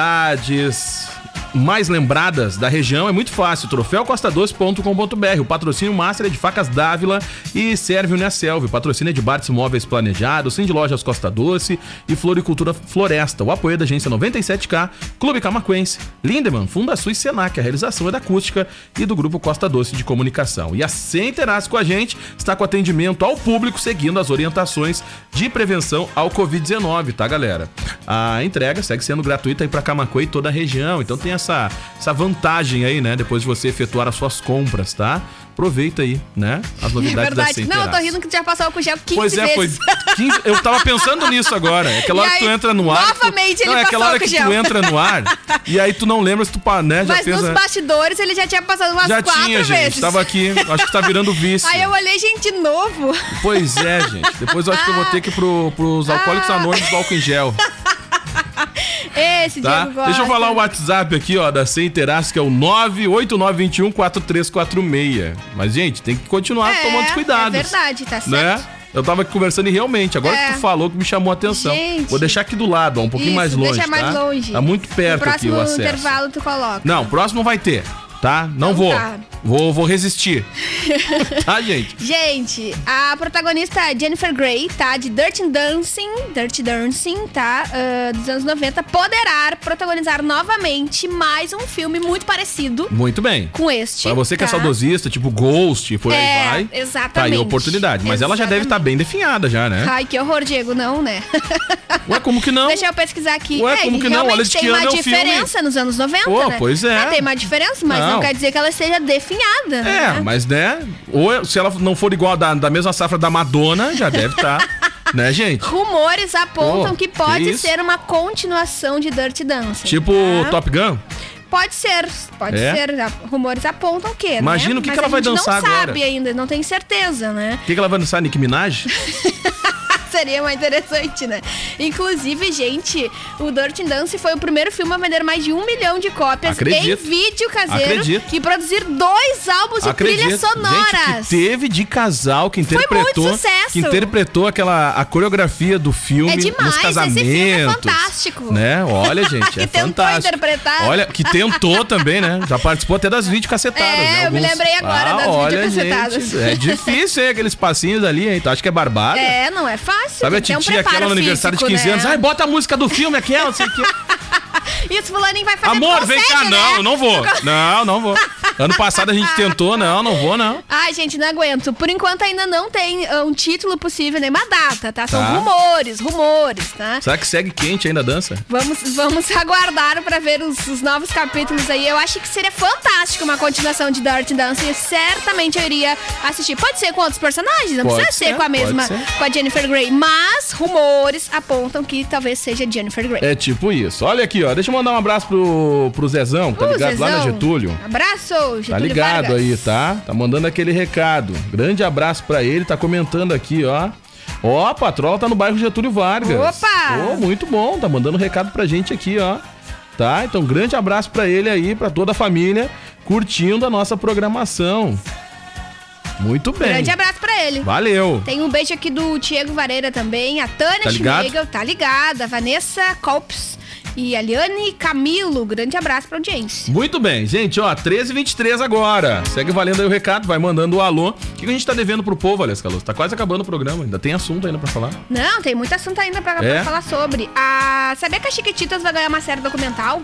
B: personalidades mais lembradas da região, é muito fácil, troféucostadoce.com.br. O patrocínio master é de Facas Dávila e serve Uniaselv. O patrocínio é de Bartes Móveis Planejados, Sim de Lojas Costa Doce e Floricultura Floresta. O apoio é da agência 97K, Clube Camaquense, Lindemann, Fundaçu e Senac. A realização é da Acústica e do Grupo Costa Doce de Comunicação. E a Centenas com a gente está com atendimento ao público seguindo as orientações de prevenção ao Covid-19, tá, galera? A entrega segue sendo gratuita aí para Camacuã e toda a região, então tem essa, essa vantagem aí, né? Depois de você efetuar as suas compras, tá? Aproveita aí, né? As novidades da
C: É Verdade.
B: Centenas.
C: Não, eu tô rindo que tu já passou álcool gel 15
B: Pois é, foi
C: vezes.
B: 15 Eu tava pensando nisso agora. É aquela
C: E
B: hora que tu
C: aí,
B: entra no ar.
C: novamente
B: tu,
C: ele
B: não, é aquela hora
C: passou
B: que
C: álcool gel.
B: tu entra no ar e aí tu não lembra se tu pá, né, já
C: Mas
B: fez.
C: nos
B: né?
C: bastidores ele já tinha passado umas
B: Já
C: quatro
B: tinha, gente.
C: vezes.
B: Tava aqui. Acho que tá virando vício.
C: Aí eu olhei, gente, de novo.
B: Pois é, gente. Depois eu acho que eu vou ter que ir pro, pros
C: Ah.
B: alcoólicos anônimos do álcool em gel,
C: Esse
B: tá?
C: Diego gosta.
B: Deixa eu falar o WhatsApp aqui, ó, da Sem Terás, que é o 989214346. Mas, gente, tem que continuar
C: É,
B: um tomando cuidados.
C: É verdade, tá certo.
B: né? Eu tava aqui conversando e realmente, agora
C: É.
B: que tu falou que me chamou a atenção.
C: Gente.
B: Vou deixar aqui do lado, ó, um pouquinho
C: Isso,
B: mais longe,
C: Deixa mais
B: tá?
C: longe.
B: Tá muito perto
C: no
B: aqui o acesso.
C: próximo intervalo tu coloca.
B: Não, próximo vai ter, tá? Não
C: Então
B: vou.
C: tá.
B: Vou. Vou resistir. tá, gente?
C: Gente, a protagonista é Jennifer Grey, tá? De Dirty Dancing, Dirty Dancing, tá? ah, dos anos 90, poderá protagonizar novamente mais um filme muito parecido
B: Muito bem.
C: com este.
B: Pra você que é
C: tá?
B: saudosista, tipo Ghost, por aí
C: É,
B: vai.
C: exatamente.
B: Tá aí a oportunidade. Mas ela já deve estar bem definhada já, né?
C: Ai, que horror, Diego, não, né?
B: Ué, como que não?
C: Deixa eu pesquisar aqui. É,
B: Ué, como que não?
C: realmente
B: Olha de que
C: tem
B: ano
C: uma
B: é o filme?
C: diferença nos anos 90,
B: Pô,
C: né?
B: pois é.
C: Tem uma diferença, mas não.
B: Não.
C: quer dizer que ela esteja definhada, né?
B: É, mas né? Ou se ela não for igual a da, da mesma safra da Madonna, já deve estar. né, gente?
C: Rumores apontam
B: Pô,
C: que
B: que
C: pode
B: isso?
C: ser uma continuação de Dirty Dancing.
B: Tipo
C: tá?
B: Top Gun?
C: Pode ser, pode
B: É?
C: ser. Rumores apontam que, né?
B: Imagina o que
C: Mas
B: que ela
C: a
B: vai
C: gente
B: dançar
C: não
B: agora.
C: sabe ainda, não tem certeza, né?
B: O que, que ela vai dançar, Nick Minaj?
C: Seria mais interessante, né? Inclusive, gente, o Dirty Dance foi o primeiro filme a vender mais de um milhão de cópias em
B: Acredito.
C: vídeo caseiro
B: Acredito.
C: e produzir dois álbuns de trilhas
B: Gente, que
C: sonoras.
B: teve de casal que interpretou,
C: muito sucesso.
B: que interpretou aquela a coreografia do filme
C: É demais,
B: nos
C: esse
B: casamentos.
C: filme é fantástico.
B: Né? Olha, gente,
C: Que
B: é
C: tentou
B: fantástico.
C: interpretar.
B: Olha, que tentou também, né? Já participou até das videocacetadas,
C: É,
B: né?
C: eu me lembrei agora das
B: olha,
C: videocassetadas.
B: gente, É difícil, hein? Aqueles passinhos ali, hein? Tu acha que é barbada?
C: É, não é fácil.
B: Sabe a
C: tem que ter um
B: titia aquela
C: preparo
B: no aniversário de
C: físico,
B: 15
C: né?
B: anos? Ai, bota a música do filme aquela, não sei o quê.
C: Isso, fulaninho vai fazer
B: Amor,
C: tu
B: vem
C: consegue,
B: cá.
C: né?
B: Não, não vou. Não, não vou. Ano passado a gente tentou, não, não vou, não.
C: Ai, gente, não aguento. Por enquanto ainda não tem ah, um título possível, nem uma data, tá? São
B: Tá.
C: rumores, rumores, tá?
B: Será que segue quente ainda a dança?
C: Vamos, vamos aguardar pra ver os, os novos capítulos aí. Eu acho que seria fantástico uma continuação de Dirty Dancing. Certamente eu iria assistir. Pode ser com outros personagens, não
B: Pode
C: precisa ser,
B: ser,
C: com a
B: pode
C: mesma,
B: ser.
C: com a Jennifer Grey. Mas rumores apontam que talvez seja Jennifer Grey.
B: É tipo isso. Olha aqui, ó. Deixa eu mandar um abraço pro, pro Zezão, tá
C: Uh,
B: ligado? Lá na
C: Zezão.
B: Getúlio.
C: Abraço, Getúlio
B: Tá ligado
C: Vargas.
B: aí, tá? Tá mandando aquele recado. Grande abraço pra ele, tá comentando aqui, ó. Ó, a patrola tá no bairro Getúlio Vargas.
C: Opa!
B: Ô, muito bom, tá mandando recado pra gente aqui, ó. Tá? Então, grande abraço pra ele aí, pra toda a família, curtindo a nossa programação. Muito bem.
C: Grande abraço pra ele.
B: Valeu.
C: Tem um beijo aqui do Diego Vareira também, a Tânia
B: Tá ligado?
C: Schmiegel, tá ligada, a Vanessa Colps e a Liane Camilo. Grande abraço pra audiência.
B: Muito bem, gente, ó, 13 23 agora. Segue valendo aí o recado, vai mandando o alô. O que a gente tá devendo pro povo, Aliás Caloso? Tá quase acabando o programa, ainda tem assunto ainda pra falar.
C: Não, tem muito assunto ainda pra, pra
B: É?
C: falar sobre. Ah, sabia que a Chiquititas vai ganhar uma série documental?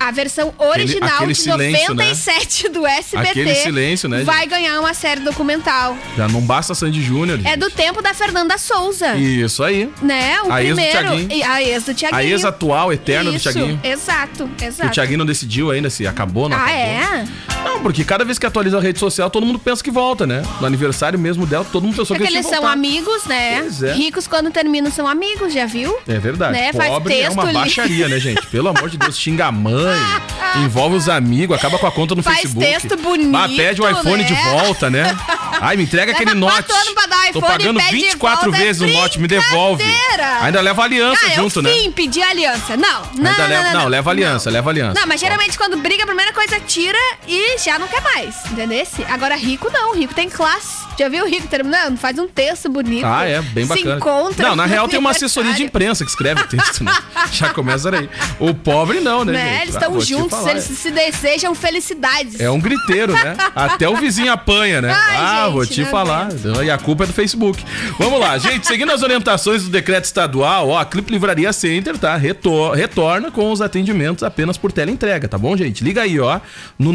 C: A versão original
B: aquele
C: de
B: silêncio, né?
C: 97 do SBT
B: Aquele silêncio, né,
C: vai ganhar uma série documental.
B: Já não basta Sandy Júnior.
C: É
B: gente.
C: do tempo da Fernanda Souza.
B: Isso aí.
C: Né? O
B: A ex do
C: primeiro.
B: Thiaguinho.
C: e a ex do Tiaguinho.
B: A ex-atual eterna
C: Isso,
B: do Thiaguinho.
C: Exato,
B: O
C: exato.
B: Thiaguinho não decidiu ainda se acabou, não
C: ah,
B: acabou.
C: é?
B: Não, porque cada vez que atualiza a rede social, todo mundo pensa que volta, né? No aniversário mesmo dela, todo mundo pensou
C: Porque
B: que
C: É eles
B: tinha
C: são
B: voltado.
C: amigos, né?
B: Pois é.
C: Ricos quando terminam são amigos, já viu?
B: É verdade.
C: Né? Faz
B: Pobre é
C: texto
B: uma
C: ali.
B: baixaria, né, gente? Pelo amor de Deus, xinga a mãe, envolve os amigos, acaba com a conta no
C: Faz
B: Facebook.
C: texto bonito,
B: Bah, pede o iPhone
C: né?
B: de volta, né? Ai, me entrega
C: Leva
B: aquele note.
C: quatro anos pra dar
B: Tô
C: iPhone e
B: pagando
C: pede de
B: 24
C: volta, é
B: vezes o note, me devolve.
C: brincadeira.
B: Ainda leva aliança
C: ah,
B: junto,
C: eu
B: né?
C: fim pedir aliança. Não, não,
B: Ainda
C: não,
B: leva,
C: não,
B: não, leva aliança, leva aliança.
C: Não, mas geralmente quando briga, a primeira coisa é tira e já não quer mais, entendeu? Agora rico não, rico tem classe. Já viu o rico terminando? Faz um texto bonito.
B: Ah, é, bem bacana.
C: Se encontra.
B: não, na
C: no
B: real tem uma assessoria de
C: aniversário.
B: imprensa que escreve o texto, né? Já começa aí. O pobre não, né?
C: Né?
B: gente?
C: Eles
B: Ah,
C: estão
B: vou te
C: juntos,
B: falar,
C: eles se desejam felicidades.
B: É um griteiro, né? Até o vizinho apanha, né?
C: Ai,
B: ah,
C: gente,
B: vou te
C: não
B: falar. E a culpa é do Facebook. Vamos lá, gente. Seguindo as orientações do decreto estadual, ó, a Clip Livraria Center, tá? Retor- retorna com os atendimentos apenas por teleentrega, tá bom, gente? Liga aí, ó, no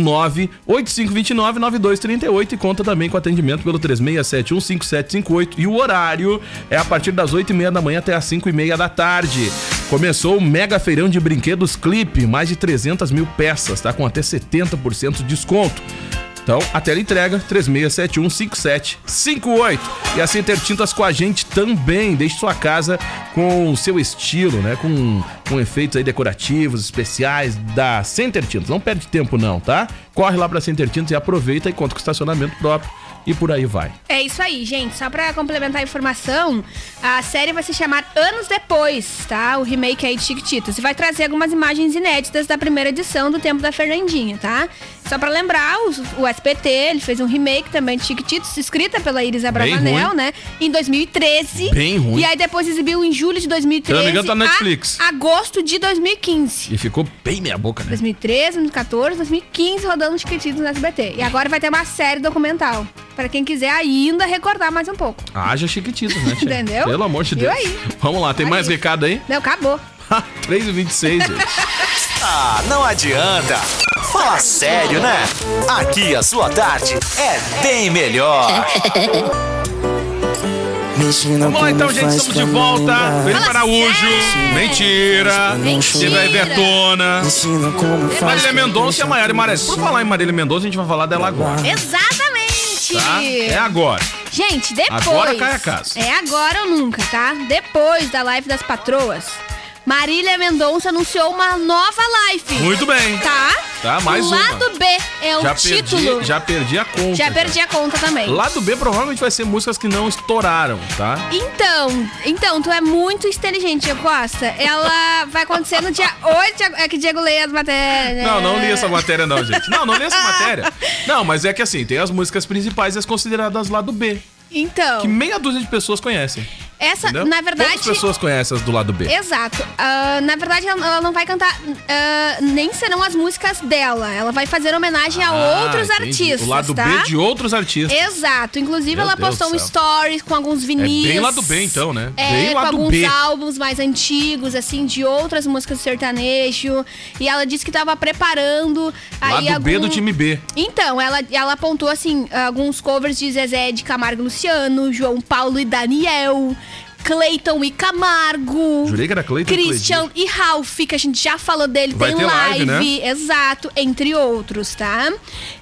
B: 985299238 e conta também com atendimento pelo 36715758. E o horário é a partir das 8h30 da manhã até as 5h30 da tarde. Começou o mega feirão de brinquedos Clip, mais de 300 mil peças, tá? Com até 70% de desconto. Então, a tela entrega 36715758. E a Center Tintas com a gente também. Deixe sua casa com o seu estilo, né? Com, com efeitos aí decorativos, especiais da Center Tintas. Não perde tempo não, tá? Corre lá pra Center Tintas e aproveita e conta com estacionamento próprio. E por aí vai.
C: É isso aí, gente. Só pra complementar a informação, a série vai se chamar Anos Depois, tá? O remake aí de Chiquititas. E vai trazer algumas imagens inéditas da primeira edição do Tempo da Fernandinha, tá? Só pra lembrar, o, o SPT, ele fez um remake também de Chiquititas, escrita pela Iris Abravanel,
B: ruim.
C: né? Em 2013.
B: Bem ruim.
C: E aí depois exibiu em julho de 2013
B: Se não me engano, tá na Netflix.
C: a agosto de 2015.
B: E ficou bem meia boca, né?
C: 2013, 2014, 2015 rodando Chiquititas no SBT. E agora vai ter uma série documental. Pra quem quiser ainda recordar mais um pouco.
B: Haja chiquititas, né? tia?
C: Entendeu?
B: Pelo amor de
C: Viu
B: Deus.
C: aí?
B: Vamos lá, tem
C: Aí.
B: mais recado aí?
C: Não, acabou.
B: 3h26, gente.
A: Ah, não adianta. Fala sério, né? Aqui a sua tarde é bem melhor.
B: Vamos lá então, gente, estamos de volta. Felipe
C: Fala
B: Araújo,
C: sério.
B: mentira.
C: Mentira.
B: Teve a Ivetona. Marília Mendonça e a Maiara Marés. Por falar em Marília Mendonça, a gente vai falar dela agora.
C: Exatamente!
B: Tá? É agora.
C: Gente, depois.
B: Agora cai a casa.
C: É agora ou nunca, tá? Depois da live das patroas, Marília Mendonça anunciou uma nova live.
B: Muito bem.
C: Tá?
B: Tá, mais
C: o
B: uma.
C: lado B é o
B: Já
C: título.
B: perdi, já perdi a conta.
C: Já perdi a conta também.
B: Lá do B provavelmente vai ser músicas que não estouraram, tá?
C: Então, então, tu é muito inteligente, eu Costa. Ela vai acontecer no dia 8 de ag- É que Diego lê as matérias.
B: Não, não li essa matéria não, gente. Não, não li essa matéria. Não, mas é que assim, tem as músicas principais e as consideradas lá do B,
C: Então,
B: que meia dúzia de pessoas conhecem.
C: essa,
B: Entendeu?
C: na verdade.
B: Poucas pessoas conhecem as do lado B.
C: Exato. Ah, na verdade, ela, ela não vai cantar. ah, nem serão as músicas dela. Ela vai fazer homenagem a
B: Ah,
C: outros
B: entendi.
C: artistas.
B: O lado
C: tá?
B: B de outros artistas.
C: Exato. Inclusive,
B: Meu
C: ela
B: Deus
C: postou
B: do
C: um
B: céu. É
C: story com alguns vinis.
B: bem lado B, então, né?
C: É,
B: Bem
C: com
B: lado
C: alguns
B: B.
C: álbuns mais antigos, assim, de outras músicas do sertanejo. E ela disse que tava preparando. aí
B: lado B
C: algum-
B: do time B.
C: Então, ela, ela apontou, assim, alguns covers de Zezé de Camargo e Luciano, João Paulo e Daniel, Cleiton e Camargo.
B: Jurei que era Cleiton e
C: Christian e Ralph, que a gente já falou dele,
B: Vai
C: tem
B: ter live,
C: live,
B: né?
C: exato, entre outros, tá?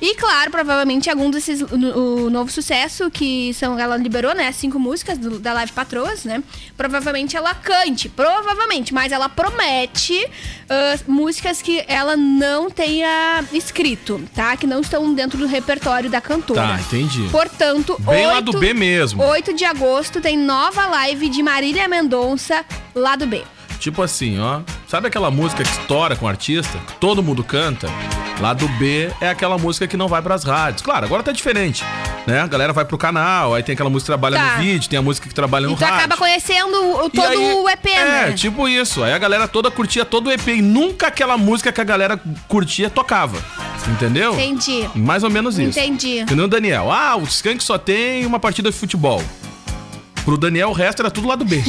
C: E claro, provavelmente algum desses, o, o novo sucesso que são, ela liberou, né, cinco músicas do- da Live Patroas, né? Provavelmente ela cante, provavelmente, mas ela promete ah, músicas que ela não tenha escrito, tá? Que não estão dentro do repertório da cantora.
B: Tá, entendi.
C: Portanto,
B: Bem lá
C: oito-
B: do B mesmo.
C: 8 de agosto tem nova live de Marília Mendonça, lado B.
B: Tipo assim, ó. Sabe aquela música que estoura com o artista? Todo mundo canta? Lado B é aquela música que não vai pras rádios. Claro, agora tá diferente, né? A galera vai pro canal, aí tem aquela música que trabalha
C: Tá.
B: no vídeo, tem a música que trabalha no
C: E tu
B: rádio.
C: acaba conhecendo o-
B: E
C: todo
B: aí-
C: o EP,
B: é,
C: né?
B: tipo isso. Aí a galera toda curtia todo o EP e nunca aquela música que a galera curtia tocava. Entendeu?
C: Entendi.
B: Mais ou menos isso.
C: Entendi.
B: Que nem o Daniel. Ah, o Skank só tem uma partida de futebol. Pro Daniel, o resto era tudo lado B.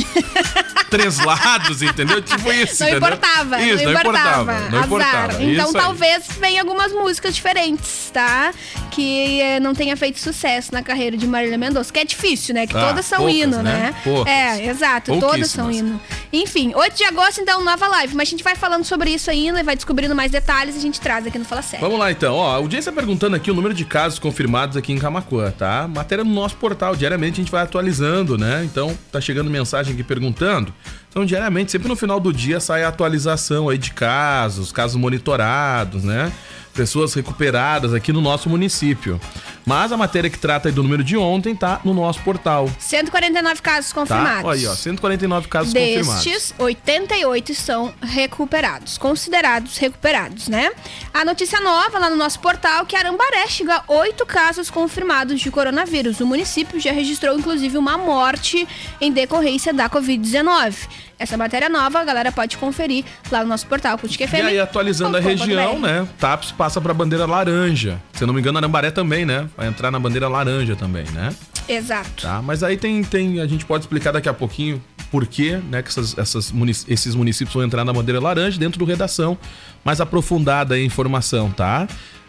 B: Três lados, entendeu? Tipo isso.
C: Não
B: entendeu?
C: importava,
B: Isso,
C: não importava.
B: Não
C: Azar.
B: importava.
C: Então
B: Isso aí.
C: talvez venha algumas músicas diferentes, tá? Que eh, não tenha feito sucesso na carreira de Marília Mendonça, que é difícil, né? Que
B: Ah,
C: todas são
B: poucas,
C: hino,
B: né?
C: né?
B: Poucas.
C: É, exato, todas são
B: Pouquíssimas.
C: hino. Enfim, 8 de agosto, então, nova live. Mas a gente vai falando sobre isso ainda e vai descobrindo mais detalhes e a gente traz aqui no Fala Sério.
B: Vamos lá então, ó, a audiência perguntando aqui o número de casos confirmados aqui em Camacuã, tá? Matéria no nosso portal, diariamente a gente vai atualizando, né? Então, tá chegando mensagem aqui perguntando. Então, diariamente, sempre no final do dia sai a atualização aí de casos, casos monitorados, né? Pessoas recuperadas aqui no nosso município. Mas a matéria que trata aí do número de ontem tá no nosso portal,
C: 149 casos
B: tá?
C: confirmados.
B: Olha aí, ó, 149 casos confirmados.
C: Destes, 88 são recuperados, considerados recuperados, né? A notícia nova lá no nosso portal é que Arambaré chega a 8 casos confirmados de coronavírus. O município já registrou, inclusive, uma morte em decorrência da Covid-19. Essa matéria nova, a galera pode conferir lá no nosso portal,
B: E aí,
C: CutKFM.
B: atualizando a
C: ponto com
B: região,
C: ponto
B: né? TAPS passa pra bandeira laranja. Se eu não me engano, Arambaré também, né? Vai entrar na bandeira laranja também, né?
C: Exato.
B: Tá? Mas aí tem, tem a gente pode explicar daqui a pouquinho por que, né, que essas, essas munici- esses municípios vão entrar na bandeira laranja dentro do redação. Mais aprofundada aí a informação, tá?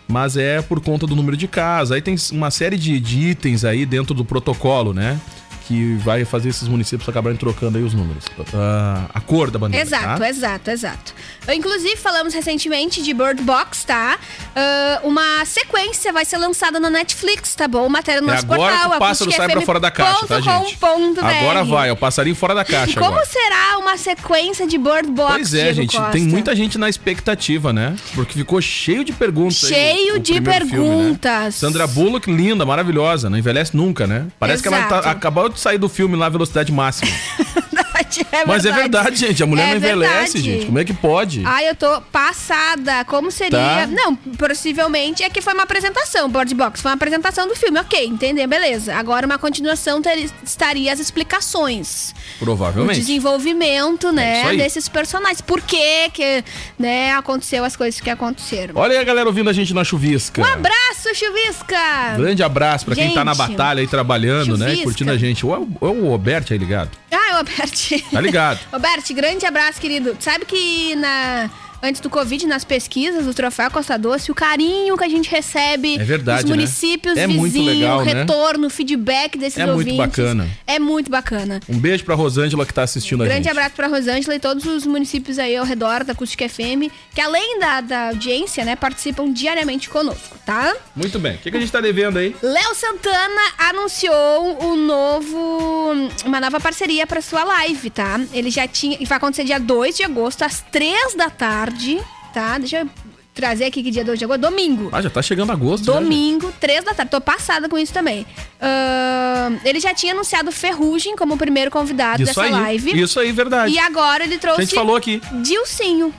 B: Mas é por conta do número de casos. Aí tem uma série de, de itens aí dentro do protocolo, né? Que vai fazer esses municípios acabarem trocando aí os números. Ah, a cor da bandeira.
C: Exato,
B: tá?
C: exato, exato. Inclusive, falamos recentemente de Bird Box, tá? Ah, uma sequência vai ser lançada na Netflix, tá bom? Matéria no
B: É
C: nosso
B: agora
C: portal.
B: que o pássaro sai
C: é
B: pra fora da caixa, tá, gente?
C: acusticfm.com.br.
B: Agora vai, é o passarinho fora da caixa
C: Como
B: agora.
C: será uma sequência de Bird Box,
B: Pois é,
C: Diego
B: gente,
C: Costa?
B: tem muita gente na expectativa, né? Porque ficou cheio de perguntas. aí
C: Cheio
B: o- o
C: de
B: primeiro filme, né?
C: perguntas.
B: Sandra Bullock, linda, maravilhosa, não envelhece nunca, né? Parece que ela
C: Exato.
B: tá- acabou de sair do filme lá, velocidade máxima.
C: É
B: Mas é verdade, gente, a mulher
C: É
B: não envelhece,
C: verdade. Ah,
B: gente. Como é que pode?
C: Ai, eu tô passada. Como seria?
B: Tá.
C: Não, possivelmente é que foi uma apresentação, Board Box. Foi uma apresentação do filme, ok, entendeu? Beleza. Agora uma continuação ter- estaria as explicações. O
B: Provavelmente.
C: desenvolvimento,
B: É isso
C: né,
B: aí.
C: desses personagens. Por que que, né, aconteceu as coisas que aconteceram.
B: Olha aí a galera ouvindo a gente na chuvisca.
C: Um abraço, Chuvisca!
B: Grande abraço pra quem tá na
C: Gente,
B: batalha aí trabalhando, né?
C: chuvisca.
B: E curtindo a gente. Ou é o, ou é o Roberto aí ligado?
C: Ah, Roberto.
B: Tá ligado?
C: Roberto, grande abraço, querido. Sabe que na... Antes do Covid, nas pesquisas, o Troféu Costa Doce, o carinho que a gente recebe
B: É verdade,
C: dos
B: né?
C: municípios,
B: É muito
C: vizinhos,
B: legal, né?
C: retorno, feedback desses
B: É muito
C: ouvintes.
B: bacana.
C: É muito bacana.
B: Um beijo pra Rosângela que tá assistindo a gente.
C: Grande abraço pra Rosângela e todos os municípios aí ao redor da Acústica FM, que além da, da audiência, né, participam diariamente conosco, tá?
B: Muito bem. O que, que a gente tá devendo aí?
C: Léo Santana anunciou um novo, uma nova parceria para sua live, tá? Ele já tinha. e Vai acontecer dia 2 de agosto, às 3 da tarde, tá? Deixa eu trazer aqui que dia 2 de agosto. Domingo.
B: Ah, já tá chegando agosto. né, gente?
C: Domingo, três da tarde. Tô passada com isso também. Ahn, ele já tinha anunciado Ferrugem como o primeiro convidado
B: Isso
C: dessa
B: aí.
C: live.
B: Isso aí, verdade.
C: E agora ele
B: A
C: trouxe
B: gente falou aqui.
C: Dilcinho,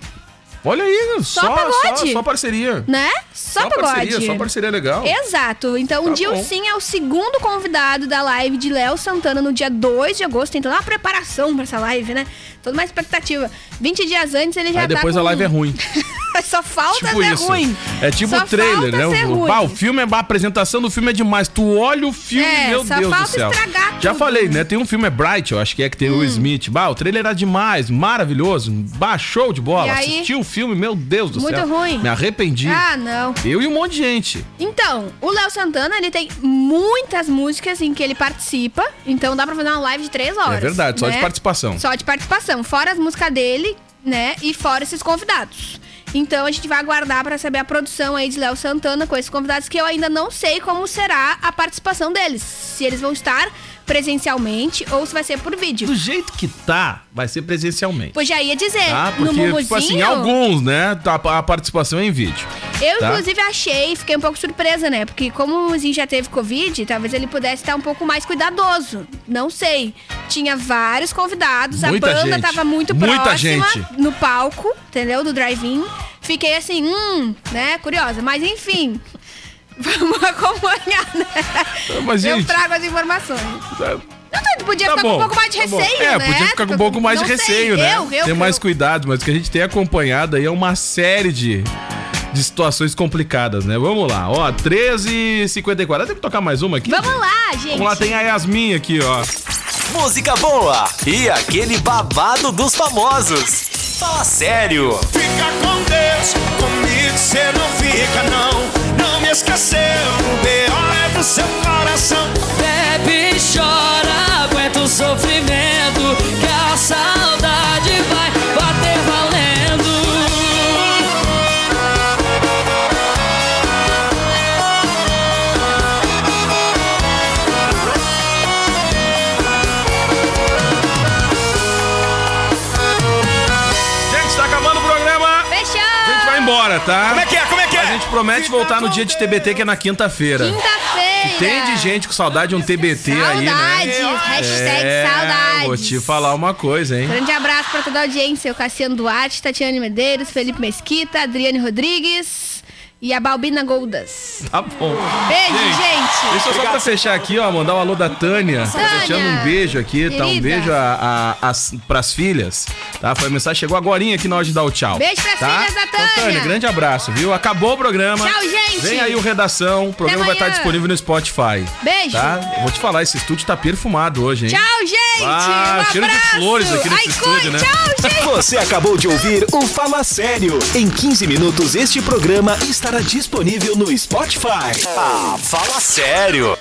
B: Olha aí, só, só,
C: pagode.
B: só parceria.
C: né? Só, pagode.
B: parceria, só parceria legal.
C: Exato. Então,
B: Tá
C: o Dilcim é o segundo convidado da live de Léo Santana no dia 2 de agosto. Tem toda uma preparação pra essa live, né? Toda uma expectativa. 20 dias antes ele já
B: Aí
C: tá
B: depois
C: com...
B: a live é ruim.
C: Só falta
B: tipo
C: ser
B: isso.
C: ruim.
B: É tipo
C: Só
B: o trailer,
C: falta
B: né?
C: ser
B: O,
C: ruim.
B: bah, o filme é. A apresentação do filme é demais. Tu olha o filme,
C: É,
B: meu
C: só
B: Deus
C: falta
B: do céu.
C: estragar
B: Já
C: tudo. Hum.
B: falei, né? Tem um filme, é Bright, eu acho que é que tem o Smith. Bah, o trailer era demais, maravilhoso. Bah, show de bola.
C: E aí?
B: Assisti o filme, meu Deus do
C: Muito
B: céu.
C: ruim.
B: Me arrependi.
C: Ah, não.
B: Eu e um monte de gente.
C: Então, o Léo Santana, ele tem muitas músicas em que ele participa. Então dá pra fazer uma live de três horas.
B: É verdade, só de
C: né?
B: participação.
C: Só de participação. Fora as músicas dele, né? E fora esses convidados. Então a gente vai aguardar pra saber a produção aí de Léo Santana com esses convidados, que eu ainda não sei como será a participação deles. Se eles vão estar presencialmente ou se vai ser por vídeo.
B: Do jeito que tá, vai ser presencialmente.
C: Pois já ia dizer,
B: Ah,
C: no
B: porque,
C: Mumuzinho,
B: tipo assim, alguns, né? tá- A participação é em vídeo.
C: Eu,
B: Tá.
C: inclusive, achei, fiquei um pouco surpresa, né? Porque como o Mumuzinho já teve Covid, talvez ele pudesse estar um pouco mais cuidadoso. Não sei. Tinha vários convidados, a
B: Muita
C: banda
B: gente.
C: tava muito
B: Muita
C: próxima
B: gente.
C: no palco, entendeu? Do drive-in. Fiquei assim, hum, né? Curiosa. Mas enfim. Vamos acompanhar, né?
B: Mas,
C: Eu
B: gente-
C: trago as informações. Não, tu podia
B: Tá
C: ficar com
B: bom,
C: um pouco mais de
B: tá bom.
C: receio,
B: É,
C: né?
B: podia ficar com um pouco mais de
C: Não sei,
B: receio, né?
C: Eu, eu,
B: ter mais
C: eu.
B: cuidado, mas o que a gente tem acompanhado aí é uma série de, de situações complicadas, né? Vamos lá, ó, 13h54. Tem que tocar mais uma aqui?
C: Vamos lá, gente.
B: Vamos lá, tem a Yasmin aqui, ó.
A: Música boa e aquele babado dos famosos. Fala sério.
F: Fica com Deus, comigo cê não fica não Não me esqueceu, o B.O. é do seu coração
G: Bebe, chora, aguenta o sofrimento Que a saudade vai bater valendo
B: Gente, tá acabando o programa. A gente
C: Fechou!
B: vai embora,
F: Como é
B: tá?
F: que é, como é que é?
B: A gente promete voltar no dia de TBT, que é na quinta-feira.
C: Quinta-feira.
B: Tem de gente com saudade de um TBT aí, né?
C: É. Saudades. Hashtag
B: É,
C: saudades.
B: Vou te falar uma coisa, hein?
C: Grande abraço pra toda a audiência. O Cassiano Duarte, Tatiane Medeiros, Felipe Mesquita, Adriane Rodrigues e a Balbina Goldas.
B: Tá bom.
C: Beijo, gente.
B: Deixa eu só pra fechar aqui, ó, mandar um alô da Tânia. Tá
C: Tânia,
B: deixando um beijo aqui, tá? Um
C: querida.
B: beijo a, a, as- pras filhas, tá? Foi a mensagem, chegou agorinha aqui na hora de dar o tchau.
C: Beijo pras
B: tá?
C: filhas da
B: Então, Tânia,
C: Tânia,
B: grande abraço, viu? Acabou o programa.
C: Tchau, gente.
B: Vem aí o Redação, o programa vai estar
C: amanhã.
B: disponível no Spotify.
C: Beijo.
B: Tá? Eu vou te falar, esse estúdio tá perfumado hoje, hein?
C: Tchau, gente.
B: Ah,
C: um
B: cheiro de
C: abraço.
B: flores aqui nesse
C: Ai,
B: estúdio,
C: coi,
B: né?
C: Tchau, gente.
A: Você acabou de ouvir o Fala Sério. Em 15 minutos, este programa estará disponível no Spotify. Ah, fala sério.